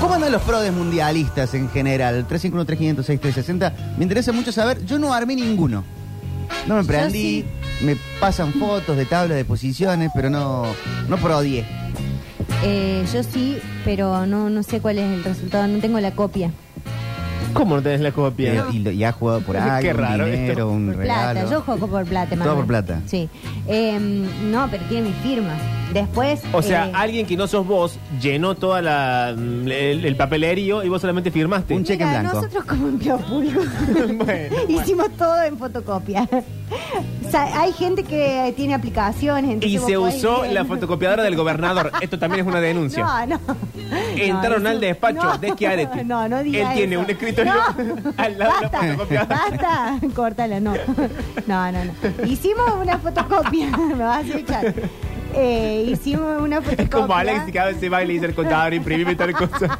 ¿Cómo andan los prodes mundialistas en general? 351-3506-360. Me interesa mucho saber. Yo no armé ninguno. No me prendí. Me pasan fotos de tablas de posiciones, pero no, no prodié. Eh, yo sí, pero no, no sé cuál es el resultado, no tengo la copia. ¿Cómo no tenés la copia? Eh, Y, lo- y ha jugado por Qué algo, raro un dinero, esto. un Por regalo. plata, yo juego por plata, Todo Manuel. por plata. Sí. Eh, no, pero tiene mi firma. Después. O sea, eh, alguien que no sos vos llenó toda la mm, el, el papelerío y vos solamente firmaste. Un cheque en mira, blanco. Nosotros, como empleo público, Bueno, hicimos todo en fotocopia. O sea, hay gente que tiene aplicaciones. entonces Y vos se podés usó ir en- la fotocopiadora del gobernador. Esto también es una denuncia. No, no. Entraron No, al eso- despacho no, de Schiaretti. No, no digas Él tiene un escritorio al lado de la fotocopiadora. Basta, córtala, no. No, no, no. Hicimos una fotocopia, me vas a echar. Eh, hicimos una fotocopia. Es como Alex que cada vez se va y le dice al contador imprimime tal cosa.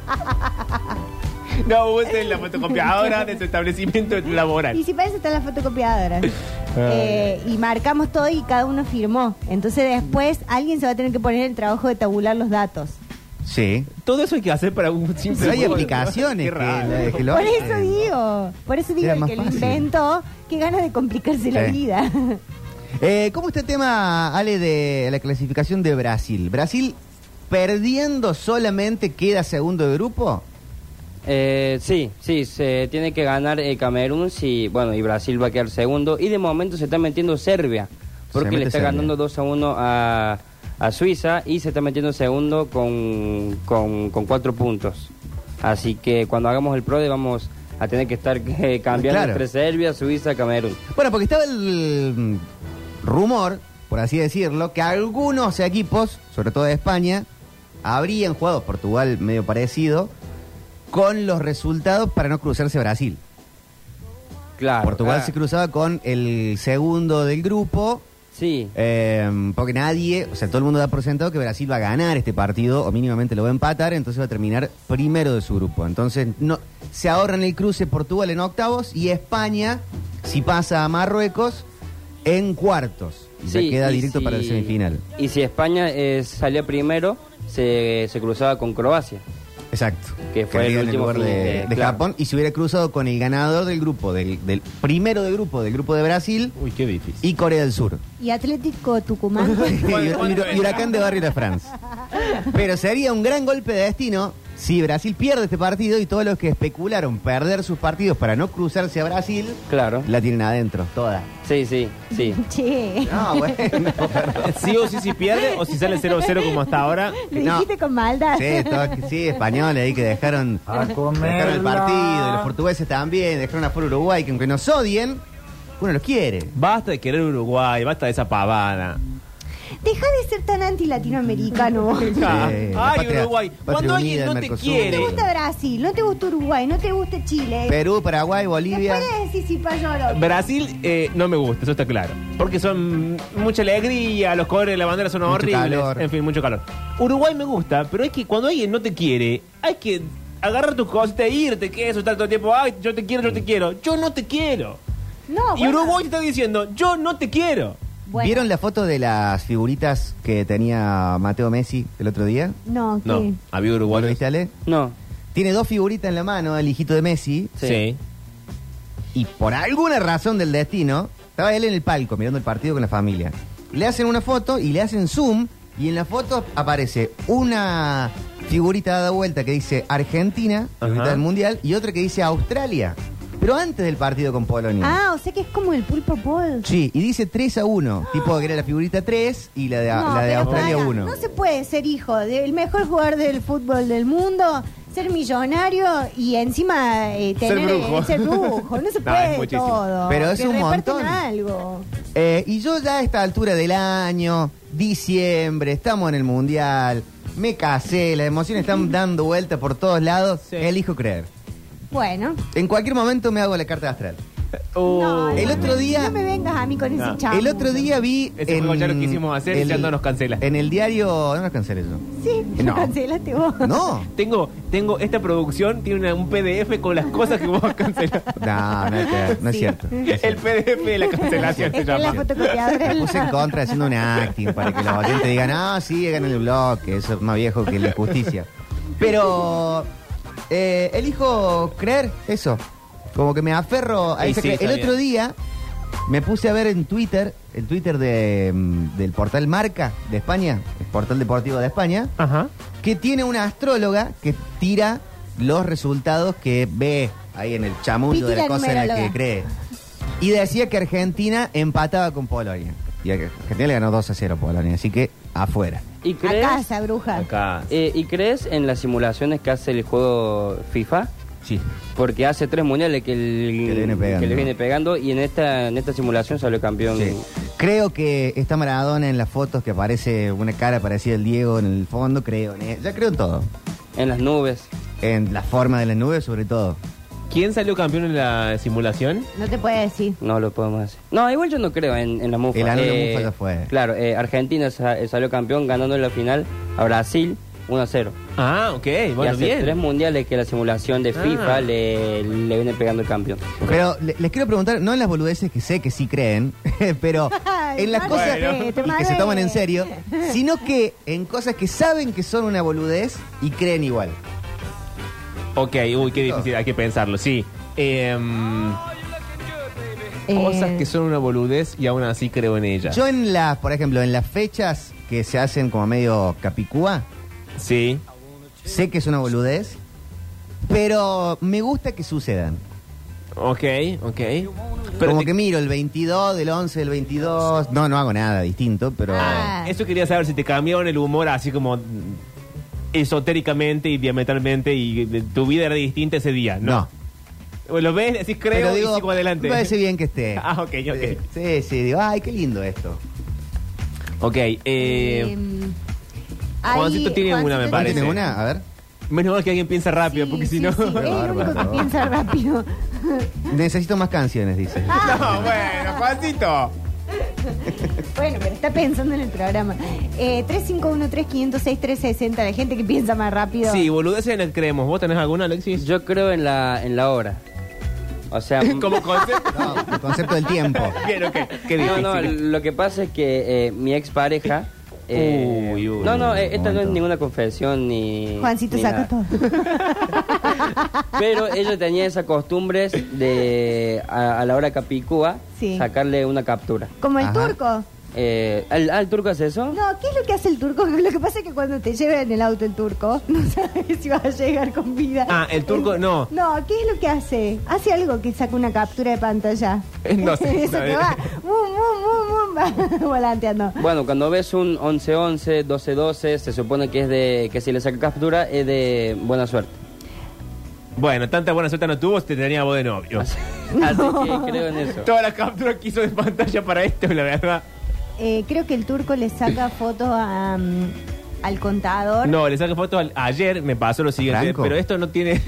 No usen la fotocopiadora de su establecimiento Y laboral. si parece están las fotocopiadoras. Eh, y marcamos todo y cada uno firmó. Entonces después alguien se va a tener que poner el trabajo de tabular los datos. Sí. Todo eso hay que hacer para un simple. Pero hay juego. aplicaciones Qué raro. que, que lo por hacen. eso digo, por eso digo Era el más que lo fácil. inventó, qué ganas de complicarse la Sí. vida. Eh, ¿Cómo está el tema, Ale, de la clasificación de Brasil? ¿Brasil perdiendo solamente queda segundo de grupo? Eh, sí, sí, se tiene que ganar eh, Camerún si, bueno, y Brasil va a quedar segundo. Y de momento se está metiendo Serbia, porque mete le está Serbia. ganando 2 a 1 a, a Suiza y se está metiendo segundo con, con, con cuatro puntos. Así que cuando hagamos el PRODE vamos a tener que estar eh, cambiando Claro. entre Serbia, Suiza, Camerún. Bueno, porque estaba el mm, rumor, por así decirlo, que algunos equipos, sobre todo de España, habrían jugado, Portugal medio parecido, con los resultados para no cruzarse Brasil. Claro. Portugal Ah, se cruzaba con el segundo del grupo, Sí, eh, porque nadie, o sea, todo el mundo da por sentado que Brasil va a ganar este partido, o mínimamente lo va a empatar, entonces va a terminar primero de su grupo. Entonces, no, se ahorran el cruce Portugal en octavos y España, si pasa a Marruecos, en cuartos. Y ya sí, queda y directo si- para la semifinal. Y si España eh, salía primero, se, se cruzaba con Croacia. Exacto. Que fue el queda en último lugar de, fin de- de claro. Japón y se hubiera cruzado con el ganador del grupo, del, del primero de grupo, del grupo de Brasil Uy, qué difícil. y Corea del Sur. Y Atlético Tucumán. Pues Y- y- y- huracán de Barrio de France. Pero sería un gran golpe de destino si Brasil pierde este partido y todos los que especularon perder sus partidos para no cruzarse a Brasil, Claro. la tienen adentro, toda. Sí, sí, sí. Che. No, bueno, perdón. Sí o sí si pierde o si sale 0-0 como hasta ahora. Lo No. dijiste con maldad. Sí, todo- sí, españoles ahí que dejaron, dejaron el partido, y los portugueses también, dejaron afuera Uruguay, que aunque nos odien, uno los quiere. Basta de querer Uruguay, basta de esa pavada. Deja de ser tan anti-latinoamericano. Sí, Ah, Eh, la ay, patria- Uruguay, patria unida, cuando alguien no el te Mercosur. quiere. No te gusta Brasil, no te gusta Uruguay, no te gusta Chile. Perú, Paraguay, Bolivia. Después le decís si payolo. Brasil eh, no me gusta, eso está claro. Porque son mucha alegría, los colores de la bandera son Mucho horribles. calor. En fin, mucho calor. Uruguay me gusta, pero es que cuando alguien no te quiere, hay que agarrar tus cosas e irte, que eso está todo el tiempo. Ay, yo te quiero, yo te quiero. Yo no te quiero. No, y Ah, bueno, Uruguay te está diciendo, yo no te quiero. bueno. ¿Vieron la foto de las figuritas que tenía Mateo Messi el otro día? No, ¿qué? había ¿Vos lo Uruguay. viste, Ale? No. Tiene dos figuritas en la mano, el hijito de Messi, Sí. y por alguna razón del destino, estaba él en el palco mirando el partido con la familia. Le hacen una foto y le hacen zoom, y en la foto aparece una figurita dada vuelta que dice Argentina, Ajá. figurita del Mundial, y otra que dice Australia, pero antes del partido con Polonia. Ah, o sea que es como el Pulpo Bowl. Sí, y dice 3 a 1, tipo que era la figurita 3 y la de, No, la de pero Australia para, 1. No se puede ser hijo del mejor jugador del fútbol del mundo, ser millonario y encima eh, tener brujo. eh, ser brujo. No se No, puede es muchísimo. todo. Pero es Que un reparten montón. algo. Eh, y yo ya a esta altura del año, diciembre, estamos en el mundial, me casé, las emociones están dando vuelta por todos lados, Sí. elijo creer. Bueno. En cualquier momento me hago la carta astral. Oh. no, El no otro me- día- No me vengas a mí con ese No. chavo. El otro día vi... Ese juego ya lo quisimos hacer y ya no nos cancela. En el diario... No nos cancela yo. Sí, No. no. cancelaste vos. No. Tengo, tengo, esta producción tiene una- un PDF con las cosas que vos cancelás. No, no, es cierto, no es Sí. cierto. no es El cierto. PDF de la cancelación se Está en la llama. fotocopiadora. Me puse en contra haciendo un acting para que los oyentes digan, ah, sí, hagan el blog, que eso es más viejo que la justicia. Pero Eh, elijo creer eso. Como que me aferro a Sí, esa sí, cre- está El bien. otro día me puse a ver en Twitter, el Twitter de, mm, del portal Marca de España, el portal deportivo de España, Ajá. que tiene una astróloga que tira los resultados que ve ahí en el chamullo de la Piti la cosa en la que numeróloga. cree. Y decía que Argentina empataba con Polonia. Y Argentina le ganó 2 a 0 a Polonia, así que afuera. ¿Y crees, A casa, bruja. Acá. eh, ¿Y crees en las simulaciones que hace el juego FIFA? Sí. Porque hace tres mundiales que, el- Que le viene pegando. que le viene pegando y en esta, en esta simulación salió campeón. Sí. Creo que está Maradona en las fotos que aparece una cara parecida al Diego en el fondo, creo. en e- Ya creo en todo. En las nubes. En la forma de las nubes, sobre todo. ¿Quién salió campeón en la simulación? No te puede decir. No lo podemos hacer. No, igual yo no creo en, en la mufa. El ano de la mufa ya fue. Claro, eh, Argentina sa- eh, salió campeón ganando en la final a Brasil 1 a 0. Ah, ok, y bueno, hace tres bien. mundiales que la simulación de Ah. FIFA le, le viene pegando el campeón. Pero le- les quiero preguntar, no en las boludeces que sé que sí creen, pero Ay, en las Manuel, cosas Bueno. y que se Manuel. toman en serio, sino que en cosas que saben que son una boludez y creen igual. Ok, uy, qué difícil, hay que pensarlo, sí. Em, Cosas Eh, que son una boludez y aún así creo en ellas. Yo en las, por ejemplo, en las fechas que se hacen como medio capicúa, Sí. sé que es una boludez, pero me gusta que sucedan. Ok, ok. Pero como te- que miro el 22, del 11, del 22. No, no hago nada distinto, pero. Ah. Eso quería saber si te cambiaron el humor así como mm, esotéricamente y diametralmente y de- tu vida era distinta ese día. No. No. Lo ves, decís creo pero y sigo adelante. Me parece bien que esté. Ah, ok, ok. Sí, sí, digo, ay, qué lindo esto. Ok, eh, em, Juancito ahí- tiene una, me Juancito parece. ¿Tienes una? A ver. menos mal que alguien piensa rápido Sí, porque si sí, no... sí, es el único que piensa rápido. Necesito más canciones, dice. no, bueno, Juancito. Bueno, pero está pensando en el programa. Eh, 351-3506-360, la gente que piensa más rápido. Sí, boludeces en el creemos. ¿Vos tenés alguna, Alexis? Yo creo en la, en la hora. O sea, Como concepto. No, el concepto del tiempo. Bien, ok. Qué No, difícil. no, lo que pasa es que eh, mi expareja. eh, Uy, uy, no, no, un eh, esta no es momento. ninguna confesión ni. Juancito ni saca nada. todo. Pero ella tenía esas costumbres de, a, a la hora capicúa, Sí. sacarle una captura. Como el Ajá. turco. Eh, ¿al, al turco hace eso? No, ¿qué es lo que hace el turco? Lo que pasa es que cuando te llevan en el auto el turco, no sabes si vas a llegar con vida. Ah, el turco, no. No, ¿qué es lo que hace? Hace algo que saca una captura de pantalla. No sé, Eso no, te eh. va. Bum, bum, bum, bum, va volanteando. Bueno, cuando ves un 11-11, 12-12, se supone que es de que si le saca captura es de buena suerte. Bueno, tanta buena suerte no tuvo, te tenía vos de novio. Así, así que creo en eso. Toda la captura que hizo de pantalla para esto, la verdad. Eh, creo que el turco le saca fotos a, um, al contador. No, le saqué fotos al- ayer, me pasó lo siguiente, Franco. pero esto no tiene...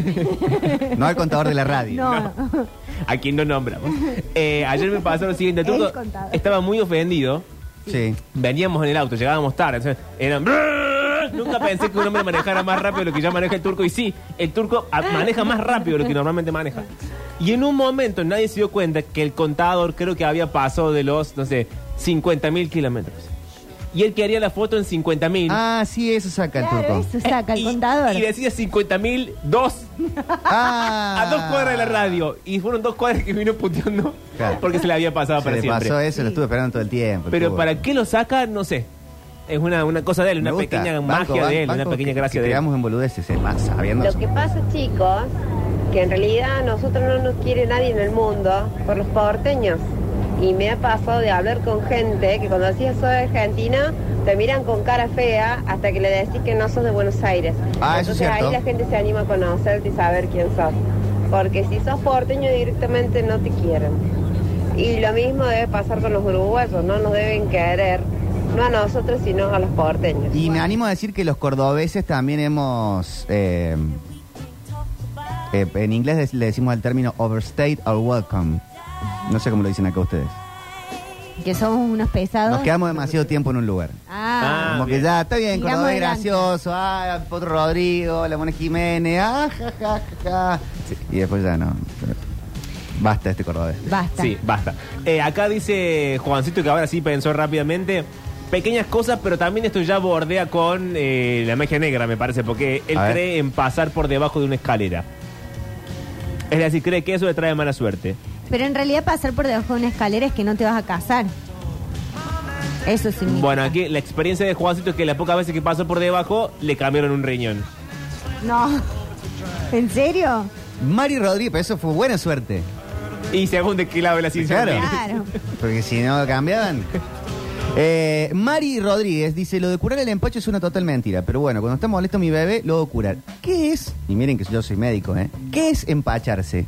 No al contador de la radio. No, a quien no nombramos. Eh, ayer me pasó lo siguiente, el El turco contador. estaba muy ofendido, Sí. veníamos en el auto, llegábamos tarde, entonces eran... Nunca pensé que un hombre manejara más rápido lo que ya maneja el turco y sí, el turco a- maneja más rápido lo que normalmente maneja. Y en un momento nadie se dio cuenta que el contador creo que había pasado de los, no sé, 50.000 kilómetros. Y él quería la foto en 50.000. Ah, sí, eso saca el claro, turco. eso saca el Eh, Y- contador. Y decía 50.000, dos, Ah. a dos cuadras de la radio. Y fueron dos cuadras que vino puteando Claro. porque se le había pasado Se para le siempre. pasó eso, lo estuve esperando todo el tiempo. Pero estuvo. para qué lo saca, no sé. Es una, una cosa de él, Me una gusta. pequeña Banco, magia ban- de él, una banco pequeña que- gracia que de él. Creamos en boludeces, se pasa, sabiendo Lo que pasa, chicos, que en realidad a nosotros no nos quiere nadie en el mundo por los porteños. Y me ha pasado de hablar con gente que cuando decías soy argentina, te miran con cara fea hasta que le decís que no sos de Buenos Aires. Ah, eso es Entonces cierto. ahí la gente se anima a conocerte y saber quién sos. Porque si sos porteño directamente no te quieren. Y lo mismo debe pasar con los uruguayos, no nos deben querer, no a nosotros sino a los porteños. Y me animo a decir que los cordobeses también hemos. eh, eh, en inglés le decimos el término overstayed or welcome. No sé cómo lo dicen acá ustedes. Que somos unos pesados. Nos quedamos demasiado tiempo en un lugar. Ah, Como que bien. ya, está bien, Miramos Córdoba es adelante. gracioso, ah, Potro Rodrigo, La Mona Jiménez, ah, ja, ja, ja, ja. Y después ya no. Basta este cordobés. basta. Sí, basta. Eh, acá dice Juancito que ahora sí pensó rápidamente. pequeñas cosas, pero también esto ya bordea con eh, la magia negra, me parece, porque él A ver. cree en pasar por debajo de una escalera. Es decir, cree que eso le trae mala suerte. Pero en realidad pasar por debajo de una escalera es que no te vas a casar. Eso significa. Bueno, aquí la experiencia de Juancito es que las pocas veces que pasó por debajo le cambiaron un riñón. No. ¿En serio? Mari Rodríguez, pero eso fue buena suerte. Y según de qué lado de la ciencia. Claro. Claro. Porque si no cambiaban. Eh, Mari Rodríguez dice, lo de curar el empacho es una total mentira, pero bueno, cuando está molesto mi bebé, lo debo curar. ¿Qué es? Y miren que yo soy médico, ¿eh? ¿Qué es empacharse?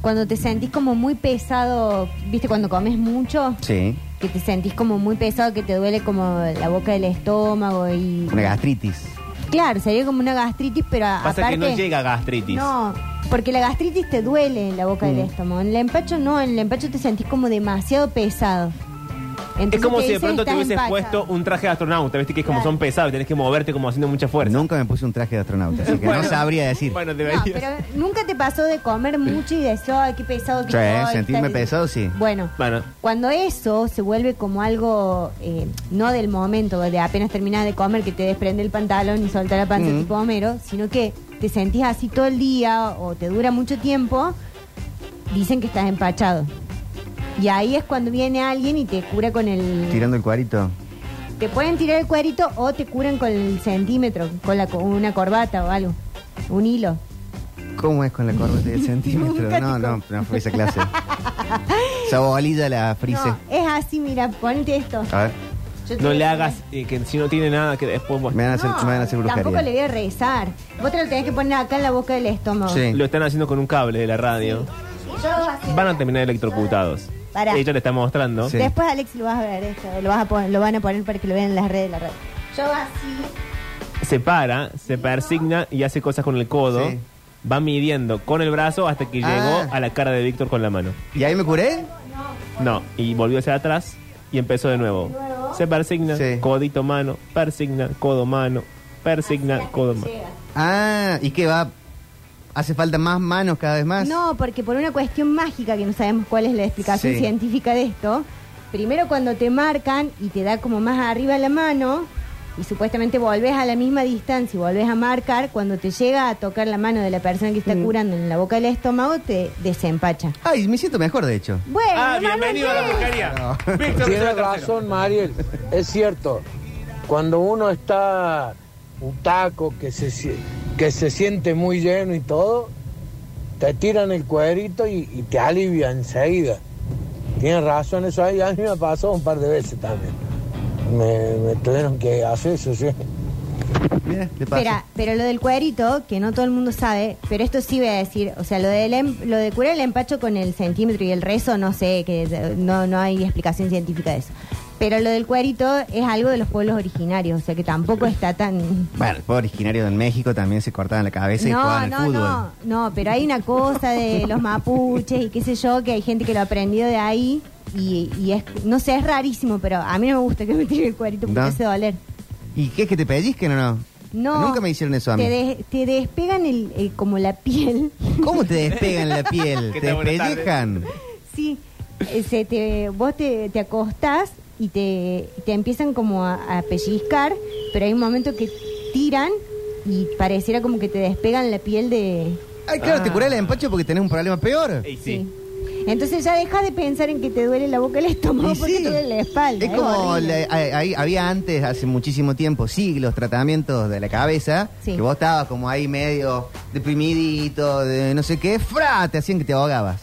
Cuando te sentís como muy pesado, ¿viste? Cuando comes mucho, Sí, que te sentís como muy pesado, que te duele como la boca del estómago y. una gastritis. Claro, sería como una gastritis, pero a- Pasa aparte. que no llega a gastritis. No, porque la gastritis te duele en la boca Mm. del estómago. En el empacho no, en el empacho te sentís como demasiado pesado. Es Entonces como te si de dicen, pronto te "Estás hubieses empachado". puesto un traje de astronauta, viste que es como Claro. son pesados, y tenés que moverte como haciendo mucha fuerza. Nunca me puse un traje de astronauta, así que Bueno. no sabría decir. Bueno, debería. No, pero nunca te pasó de comer mucho y decir, ay, qué pesado que Sí, estoy", sentirme tal. pesado, sí. Bueno, Bueno. cuando eso se vuelve como algo, eh, no del momento, de apenas terminas de comer, que te desprende el pantalón y solta la panza Mm. tipo Homero, sino que te sentís así todo el día o te dura mucho tiempo, dicen que estás empachado. Y ahí es cuando viene alguien y te cura con el... Tirando el cuarito. Te pueden tirar el cuerito o te curan con el centímetro, con, la, co- una corbata o algo, un hilo. ¿Cómo es con la corbata del centímetro? Nunca No, te no, no fue esa clase. Esa bolilla la frise. No, es así, mira, ponte esto. A ver, Yo te No voy a le poner- hagas eh, que si no tiene nada que después bueno, me van a hacer, No, me van a hacer brujería. Tampoco le voy a rezar. Vos te lo tenés que poner acá en la boca del estómago. Sí. lo están haciendo con un cable de la radio. Yo lo voy a hacer. Van a terminar electrocutados. Pará. Ella le está mostrando. Sí. Después Alex lo vas a ver esto, lo, vas a pon- lo van a poner para que lo vean en las redes de la red. Yo hago así. Se para, se persigna y hace cosas con el codo. Sí. Va midiendo con el brazo hasta que Ah. llegó a la cara de Víctor con la mano. ¿Y ahí me curé? No, y volvió hacia atrás y empezó de nuevo. Se persigna, Sí. codito mano, persigna, codo mano, persigna, codo mano. Llega. Ah, ¿y qué va? ¿Hace falta más manos cada vez más? No, porque por una cuestión mágica que no sabemos cuál es la explicación Sí. científica de esto, primero cuando te marcan y te da como más arriba la mano y supuestamente volvés a la misma distancia y volvés a marcar, cuando te llega a tocar la mano de la persona que está curando en la boca del estómago, te desempacha. Ay, me siento mejor, de hecho. Bueno, Ah, Manuel, bienvenido a la pescaría. No. Víctor, Tiene Vicente Tercero. razón, Mariel. Es cierto. Cuando uno está un taco que se, sie- que se siente muy lleno y todo, te tiran el cuadrito y, y te alivia enseguida. Tienes razón, eso ahí a mí me pasó un par de veces también. Me, me tuvieron que hacer eso, sí. Mira, le pasa. Espera, pero lo del cuadrito, que no todo el mundo sabe, pero esto sí voy a decir, o sea, lo, del em- lo de curar el empacho con el centímetro y el rezo, no sé, que eh, no, no hay explicación científica de eso. Pero lo del cuadrito es algo de los pueblos originarios, o sea, que tampoco está tan... Bueno, el pueblo originario de México también se cortaban la cabeza y No, jugaban al no, fútbol. no, no, pero hay una cosa de los mapuches y qué sé yo, que hay gente que lo ha aprendido de ahí y, y es, no sé, es rarísimo, pero a mí no me gusta que me tire el cuadrito porque ¿No? hace doler. ¿Y qué? ¿Que te pellizquen o no? No, Nunca me hicieron eso a mí. Te, des- te despegan el, el- como la piel. ¿Cómo te despegan la piel? ¿Qué ¿Te tal? Buenas tardes. despellejan? Sí, eh, se te, vos te, te acostás y te, te empiezan como a, a pellizcar, pero hay un momento que tiran y pareciera como que te despegan la piel de... Ay, claro, Ah. te curé el empacho porque tenés un problema peor. Ey, sí. Entonces ya deja de pensar en que te duele la boca y el estómago Y porque sí. te duele la espalda. eh, Es como horrible. la- hay- hay- había antes, hace muchísimo tiempo, siglos, tratamientos de la cabeza, Sí. que vos estabas como ahí medio deprimidito, de no sé qué, ¡fra! Te hacían que te ahogabas.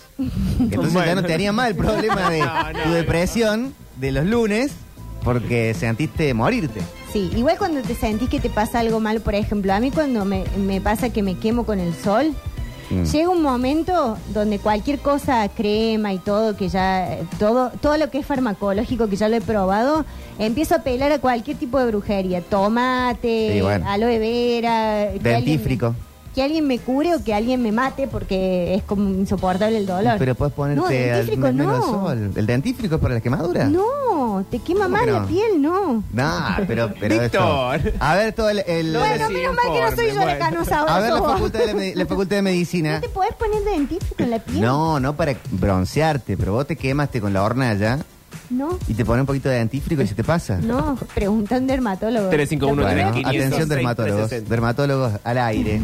Entonces ya Bueno. no tenías más el problema de No, no, tu no. depresión de los lunes porque sentiste morirte. Sí, igual cuando te sentís que te pasa algo mal, por ejemplo, a mí cuando me, me pasa que me quemo con el sol, Mm. llega un momento donde cualquier cosa, crema y todo, que ya, eh, todo, todo lo que es farmacológico que ya lo he probado, empiezo a pelar a cualquier tipo de brujería, tomate, Sí, bueno. aloe vera, que alguien- Dentífrico. que alguien me cure o que alguien me mate porque es como insoportable el dolor. Mm. Pero puedes ponerte no, dentífrico al, no. al sol. ¿El dentífrico es para la quemadura? No, te quema ¿Cómo más que la no? piel, no. Nah, pero, pero Víctor. esto- A ver todo el... el- No Bueno, Sí, menos mal que no soy yo informe, la canosa ahora. a ver la sos vos. facultad de, la Medi- la facultad de medicina. ¿No te podés poner dentífrico en la piel? No, no para broncearte, pero vos te quemaste con la hornalla No, Y te pones un poquito de antífrico y se te pasa. no, pregunta a un dermatólogo. 351 La Bueno, primera- 500, atención 6, dermatólogos, 360. dermatólogos al aire.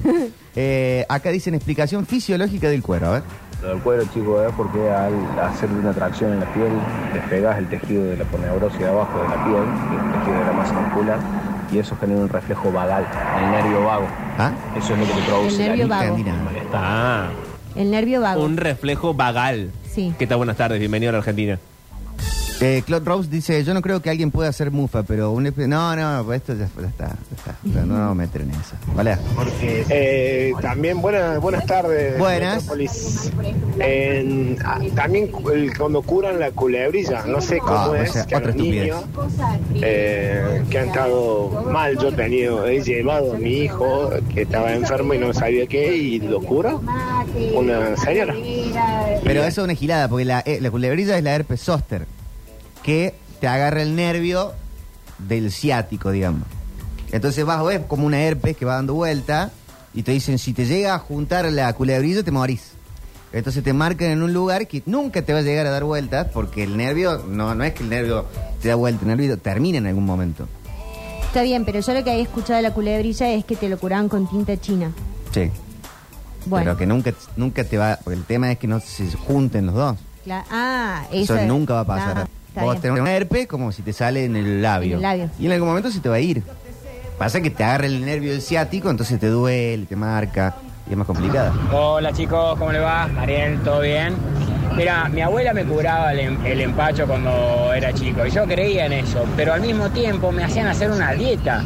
Eh, acá dicen explicación fisiológica del cuero, a ver. Lo del cuero, chico, es porque al hacer una tracción en la piel, despegas el tejido de la poneurosis de abajo de la piel, que es el tejido de la masa muscular, y eso genera un reflejo vagal, el nervio vago. ¿Ah? Eso es lo que te produce El nervio la vago. aritmia, el malestar. Ah, El nervio vago. un reflejo vagal. Sí. ¿Qué tal? Buenas tardes, bienvenido a la Argentina. Eh, Claude Rose dice, yo no creo que alguien pueda hacer mufa, pero un... espe- No, no, pues esto ya, ya está, ya está. No nos vamos a meter en eso. Hola. Eh, también buenas buenas tardes. Buenas. Metrópolis. En- ah, también cu- el- cuando curan la culebrilla, no sé cómo Ah, o es sea, que a otra los estupidez. niños eh, que han estado mal, yo he tenido, he llevado a mi hijo que estaba enfermo y no sabía qué y lo curó una señora. Pero eso es una gilada, porque la, eh, la culebrilla es la herpes zóster, que te agarra el nervio del ciático, digamos. Entonces vas a ver como una herpes que va dando vuelta y te dicen, si te llega a juntar la culebrilla, te morís. Entonces te marcan en un lugar que nunca te va a llegar a dar vueltas, porque el nervio, no, no es que el nervio te da vuelta, el nervio termina en algún momento. Está bien, pero yo lo que había escuchado de la culebrilla es que te lo curaban con tinta china. Sí. Bueno. Pero que nunca, nunca te va, porque el tema es que no se junten los dos. Cla- ah, Eso, eso. es- nunca va a pasar. Ah, está Vos bien. tenés un herpes como si te sale en el labio. En el labio. Y en algún momento se te va a ir. Pasa que te agarra el nervio del ciático, entonces te duele, te marca. Y es más complicada. Hola chicos, ¿cómo le va? Mariel, ¿todo bien? Mira, mi abuela me curaba el, em- el empacho cuando era chico y yo creía en eso, pero al mismo tiempo me hacían hacer una dieta.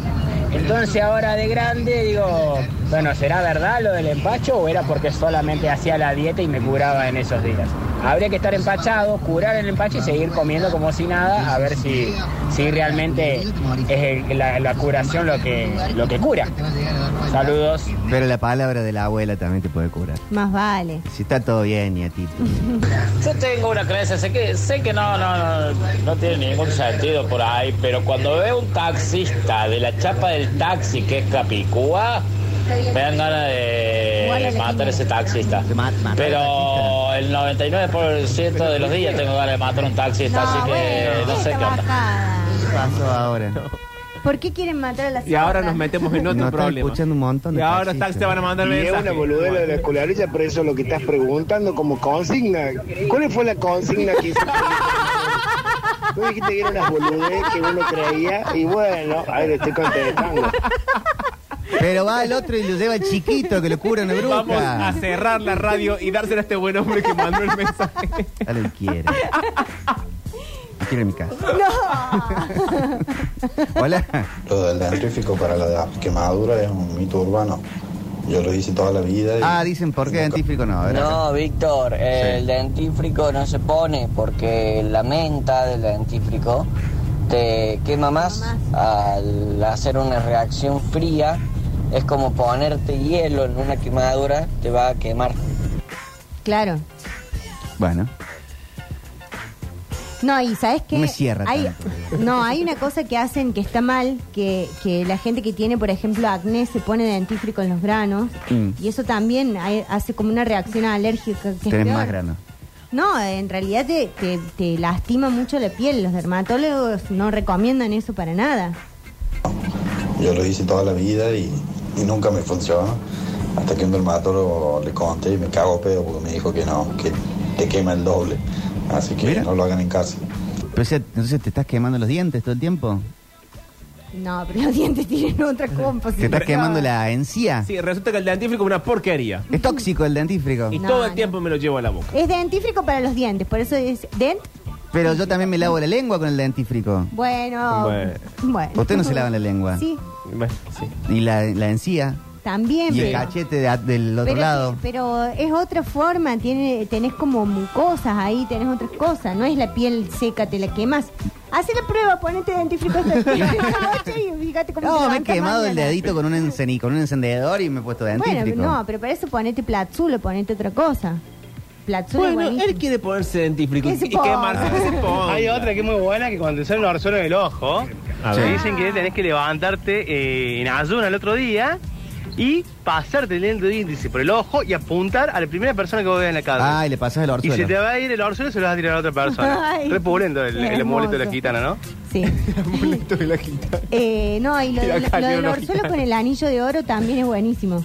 Entonces ahora de grande digo, bueno, ¿será verdad lo del empacho o era porque solamente hacía la dieta y me curaba en esos días? Habría que estar empachado, curar el empacho y seguir comiendo como si nada, a ver si, si realmente es el- la, la curación lo que, lo que cura. Saludos. Pero la palabra de la abuela también te puede curar. Más vale. Si está todo bien, nietito. Yo tengo una creencia, sé que, sé que no, no, no, no tiene ningún sentido por ahí, pero cuando veo un taxista de la chapa del taxi que es Capicúa, me dan ganas de matar a ese taxista. De ma- matar Pero el 99% de los días tengo ganas de matar a un taxista, así que bueno, este no sé esta qué onda. bajada. ¿Qué pasó ahora? ¿Por qué quieren matar a las Y ahora nos mascotas? metemos en otro No, están problema. escuchando un montón de Y ahora los taxistas. taxis te van a mandar Y es mensajes. una boludela de la culebrilla, pero eso es lo que estás preguntando como consigna. ¿Cuál fue la consigna que hiciste? Vos dijiste que eran unas boludez que uno creía y bueno, ahí le estoy contestando. Pero va el otro y lo lleva el chiquito que lo cura una bruja. Vamos a cerrar la radio y dársela a este buen hombre que mandó el mensaje. Dale lo quiere. Quiero en mi casa. No. Hola. Lo del dentrífico para la quemadura es un mito urbano. Yo lo hice toda la vida. Ah, dicen por qué dentífrico no. A ver, acá. No, Víctor, el Sí. dentífrico no se pone porque la menta del dentífrico te quema más al hacer una reacción fría. Es como ponerte hielo en una quemadura, te va a quemar. Claro. Bueno. No, y ¿sabes qué? No me cierra hay, tanto, No, hay una cosa que hacen que está mal, que, que la gente que tiene, por ejemplo, acné se pone dentífrico en los granos. Mm. Y eso también hay- hace como una reacción alérgica. Que es Tenés peor. más grano. No, en realidad te, te- te lastima mucho la piel. Los dermatólogos no recomiendan eso para nada. Yo lo hice toda la vida y, y nunca me funcionó. Hasta que un dermatólogo le conté y me cago pedo porque me dijo que no, que te quema el doble. Así que Mira. no lo hagan en casa. Pero, o sea, entonces te estás quemando los dientes todo el tiempo. No, pero los dientes tienen otra composición. Te estás quemando la encía. Sí, resulta que el dentífrico es una porquería. Es tóxico el dentífrico. Y No, todo el no. tiempo me lo llevo a la boca. Es dentífrico para los dientes, por eso es dent. Pero yo también me lavo la lengua con el dentífrico. Bueno, Bueno. bueno. Usted no se lava la lengua. Sí, Bueno, sí. Y la, la encía. también. Y el pero- cachete de a- del otro pero, lado. pero es otra forma, tiene, tenés como mucosas ahí, tenés otras cosas, no es la piel seca, te la quemas. Haz la prueba, ponete dentífrico esta esta noche y fíjate cómo No, te me he levantas quemado el mañana. dedito con un, encen- con un encendedor y me he puesto dentífrico. Bueno, no, pero para eso ponete platzulo, ponete otra cosa. Platzulo es Bueno, buenísimo. él quiere ponerse dentífrico ¿Qué se y quemarse. pone? ¿Qué se pone? Hay otra que es muy buena, que cuando te sale una arzuelo en el ojo, A te ver. dicen que tenés que levantarte eh, en ayuno el otro día y pasarte el dedo índice por el ojo y apuntar a la primera persona que vos veas en la calle. Ay, le pasas el y orzuelo. si te va a ir el orzuelo, se lo vas a tirar a la otra persona. Ay, Repulento el, qué el amuleto de la hermoso. gitana, ¿no? Sí. Amuleto de la gitana. Eh, no, y lo, Y de- acá lo hay del una orzuelo gitana. con el anillo de oro también es buenísimo.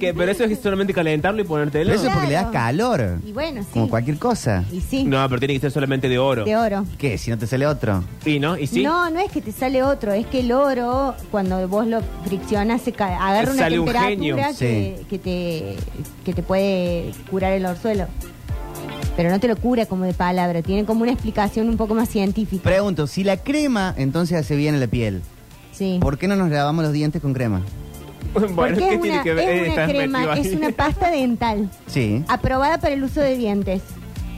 Que, pero eso es solamente calentarlo y ponértelo. Pero eso es porque le das Claro. calor. Y bueno, sí. Como cualquier cosa. Y sí, No, pero tiene que ser solamente de oro. de oro. ¿Qué? Si no te sale otro. ¿Y no? ¿Y sí? No, no es que te sale otro, es que el oro, cuando vos lo friccionas, se cae, agarra una Sale un genio. temperatura que, Sí. que te, que te puede curar el orzuelo. Pero no te lo cura como de palabra, tiene como una explicación un poco más científica. Pregunto, si la crema entonces hace bien a la piel, Sí. ¿por qué no nos lavamos los dientes con crema? Bueno, Porque ¿qué es tiene una, que es ver? Eh, una estás metido crema, ahí. es una pasta dental, Sí. aprobada para el uso de dientes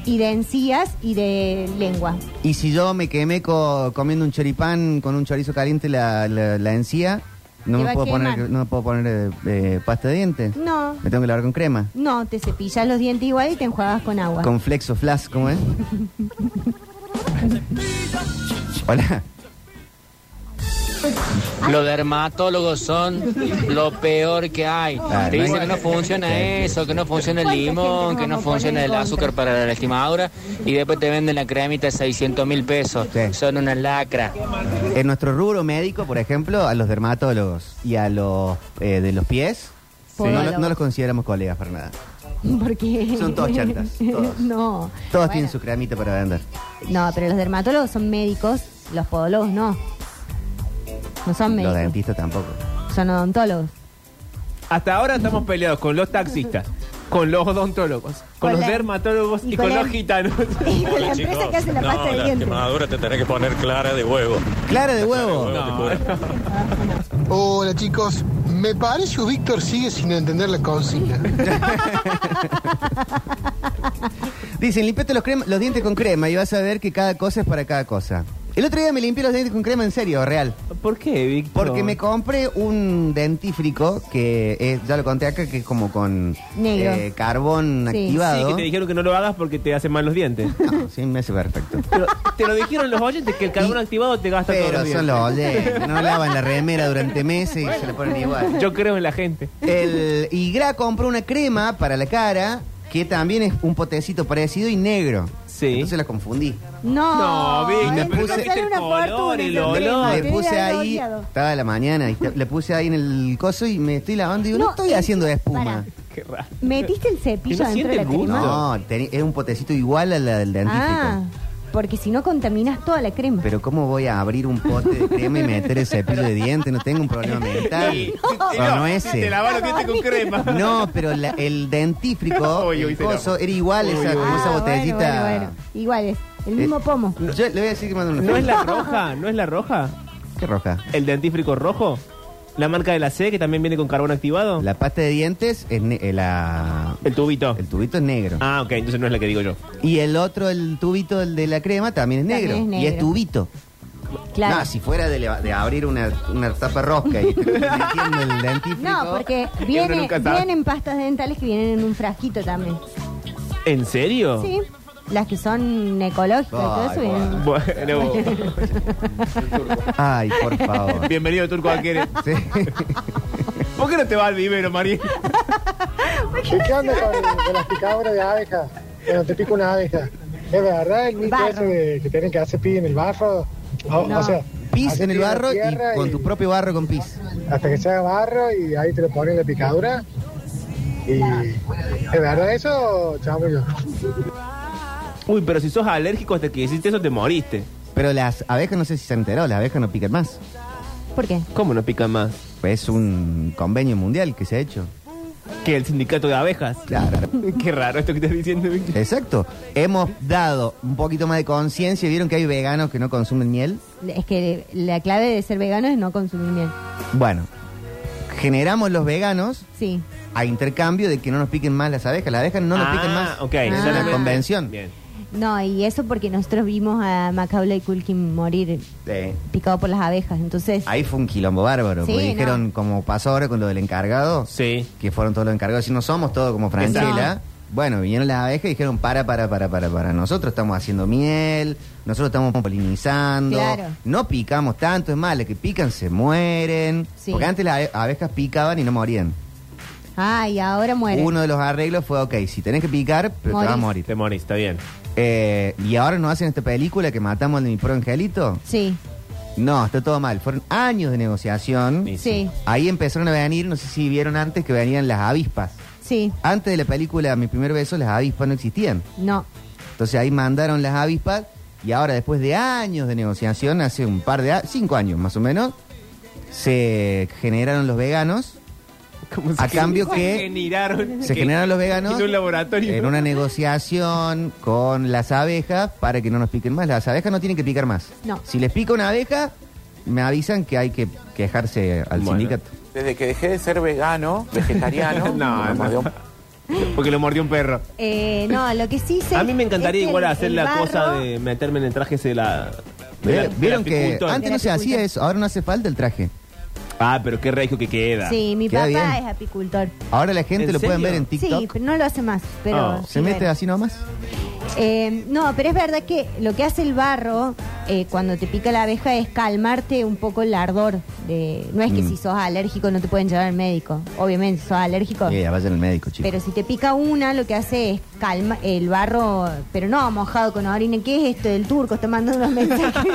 y de encías y de lengua. Y si yo me quemé co- comiendo un choripán con un chorizo caliente la, la- la encía, no Te me, va a puedo poner, quemar. no me puedo poner eh, eh, pasta de dientes. No, Me tengo que lavar con crema. no, te cepillas los dientes igual y te enjuagas con agua. Con flexo flash, ¿cómo es? Hola. Los dermatólogos son lo peor que hay. Ah, Te no dicen hay- que no funciona eso, que no funciona el ¿Cuánta gente limón, nos que no vamos a funciona poner el en azúcar contra? para la lastimadura y después te venden la cremita a 600 mil pesos. Sí. Son una lacra. En nuestro rubro médico, por ejemplo, a los dermatólogos y a los eh, de los pies, Sí. no, lo- no los consideramos colegas para nada. Porque Son todos chantas, todos. no. Todos Bueno, tienen su cremita para vender. No, pero los dermatólogos son médicos, los podólogos no. No son Los médicos, dentistas tampoco. son odontólogos. Hasta ahora estamos peleados con los taxistas, con los odontólogos, con, Con los la- dermatólogos y, y con, con los el- gitanos. Y con la empresa que hace la pasta de dientes. te tenés que poner clara de huevo. Clara de huevo. Hola chicos, me parece que Víctor sigue sin entender la consigna. Dicen, limpiate los, crema- los dientes con crema y vas a ver que cada cosa es para cada cosa. El otro día me limpié los dientes con crema, en serio, real. ¿Por qué, Víctor? Porque me compré un dentífrico que es- ya lo conté acá, que es como con eh, Negro. carbón Sí. Sí, activado. que te dijeron que no lo hagas porque te hacen mal los dientes. No, sí, me hace perfecto. Pero te lo dijeron los oyentes que el carbón Y- activado te gasta todo Pero los son dientes. los oyentes, no lavan la remera durante meses y se la ponen igual. Yo creo en la gente. El, y Gra compró una crema para la cara que también es un potecito parecido y negro. Sí. Entonces la confundí. No, No, Víctor, es- pero te no sale viste el una color, fortuna el esa olor. crema, le te puse hubiera ahí, odiado. estaba a la mañana, y te- le puse ahí en el coso y me estoy lavando y digo, no, No, estoy el- haciendo pará. espuma. Qué raro. ¿Metiste el cepillo Que no dentro de siente la el gusto. crema? No, teni- es un potecito igual al del dentífrico. Ah, porque si no contaminas toda la crema. Pero ¿cómo voy a abrir un pote de crema y meter el cepillo de dientes? No tengo un problema mental. O no, ese. Te lavas los dientes con crema. No, pero la- el dentífrico, Uy, uy, el se la- coso, era igual esa, Uy, uy, como Ah, esa bueno, botellita. bueno, bueno. Igual es, el mismo Eh, pomo. Yo le voy a decir que mando una ¿No es foto. la roja? ¿No es la roja? ¿Qué roja? ¿El dentífrico rojo? ¿La marca de la C que también viene con carbón activado? La pasta de dientes es ne- eh, la- El tubito. el tubito es negro. Ah, ok, entonces no es la que digo yo. Y el otro, el tubito, el de la crema, también es También negro. es negro. Y es tubito. Claro. No, si fuera de, leva- de abrir una, una tapa rosca y metiendo el dentífrico. No, porque uno viene, nunca sabe. vienen pastas dentales que vienen en un frasquito también. ¿En serio? Sí, las que son Ay, ecológicas, todo eso. bueno. vienen- Bueno, Ay, por favor. bienvenido Turco Aquere. Sí. ¿Por qué no te va al vivero, María? ¿Y qué onda con, con las picadoras de abeja? Cuando te pica una abeja. Es verdad el mito Barro. ese de que tienen que hacer pis en el barro. O, No. o sea, Pis hacer en el pis la barro y tierra con tu propio barro con pis. Hasta que se haga barro y ahí te lo ponen la picadura. Y es verdad eso, chaval. Uy, pero si sos alérgico hasta que hiciste eso, te moriste. Pero las abejas, no sé si se han enterado, las abejas no pican más. ¿Por qué? ¿Cómo no pican más? Es un convenio mundial que se ha hecho. Que el sindicato de abejas. Claro. Qué raro esto que estás diciendo, Víctor. Exacto. Hemos dado un poquito más de conciencia. ¿Vieron que hay veganos que no consumen miel? Es que la clave de ser vegano es no consumir miel. Bueno, generamos los veganos Sí. a intercambio de que no nos piquen más las abejas. Las abejas no nos Ah, piquen más. ok. Es una Ah. convención. Bien. No, y eso porque nosotros vimos a Macaulay Culkin morir Sí. picado por las abejas. Entonces, Ahí fue un quilombo bárbaro. Sí, porque no. dijeron, como pasó ahora con lo del encargado, Sí. que fueron todos los encargados. Si no somos todos como Franchella, Exacto. Bueno, vinieron las abejas y dijeron, para, para, para, para, para. Nosotros estamos haciendo miel, nosotros estamos polinizando, Claro. no picamos tanto, es más, las que pican se mueren. Sí. Porque antes las abe- abejas picaban y no morían. Ay, ahora muere. Uno de los arreglos fue, ok, si tenés que picar, pero te vas a Morís. morir. Te morís, está bien. Eh, y ahora nos hacen esta película que matamos al de mi pro angelito. Sí, No, está todo mal. Fueron años de negociación. Y sí, Ahí empezaron a venir, no sé si vieron antes que venían las avispas. sí. Antes de la película Mi primer beso, las avispas no existían. No. Entonces ahí mandaron las avispas y ahora después de años de negociación, hace un par de a- cinco años más o menos, se generaron los veganos. ¿Cómo A cambio se que- generaron, Se que- generaron los veganos en un laboratorio. en una negociación con las abejas para que no nos piquen más. Las abejas no tienen que picar más. No. Si les pica una abeja, me avisan que hay que quejarse al Bueno. sindicato. Desde que dejé de ser vegano, vegetariano, No, no. Porque lo mordió un perro. Eh, no, lo que sí sé. A mí me encantaría es que igual el- hacer el la barro- cosa de meterme en el traje ese de la. de la- Ve- del Vieron que apicultor. antes no se Del hacía apicultor. eso, ahora no hace falta el traje. Ah, pero qué regio que queda. Sí, mi Queda papá bien. es apicultor. Ahora la gente ¿En lo pueden serio? ver en Sí, TikTok. Ah. pero no lo hace más. Pero Oh, sí, se mete bueno. así nomás. Eh, no, pero es verdad que lo que hace el barro eh, cuando te pica la abeja es calmarte un poco el ardor. De, no es que Mm. si sos alérgico no te pueden llevar al médico. Obviamente, si sos alérgico. Ya, ya, vayan Eh, al médico, chicos. Ah. Pero si te pica una, lo que hace es calma el barro, pero no mojado con orina. ¿Qué es esto del turco? Está mandando unos mensajes.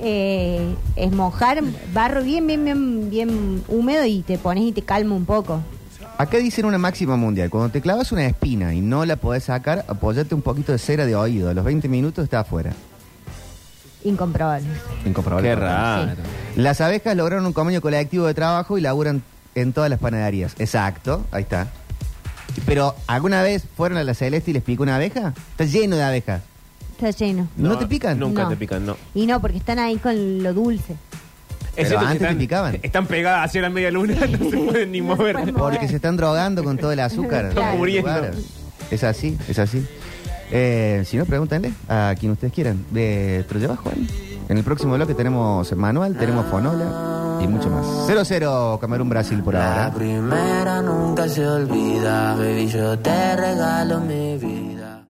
Eh, es mojar barro bien, bien, bien, bien húmedo y te pones y te calma un poco. Acá dicen una máxima mundial. Cuando te clavas una espina y no la podés sacar, apoyate un poquito de cera de oído. A los 20 minutos está afuera. Incomprobable. Incomprobable. Qué raro. Las abejas lograron un convenio colectivo de trabajo y laburan en todas las panaderías. Exacto, ahí está. Pero, ¿alguna vez fueron a la Celeste y les picó una abeja? Está lleno de abejas. Está lleno. ¿No te pican? Nunca No. te pican, no. Y no, porque están ahí con lo dulce. Pero cierto que antes te picaban. Están pegadas hacia la media luna, no se pueden ni No se mover. pueden Porque Joder. se están drogando con todo el azúcar. Están del muriendo. lugar. Es así, es así. Eh, si no, pregúntenle a quien ustedes quieran. De Troyeva, Juan. En el próximo bloque tenemos manual, tenemos fonola y mucho más. 0-0 Camerún Brasil por ahora. primera nunca se olvida, baby, yo te regalo mi vida.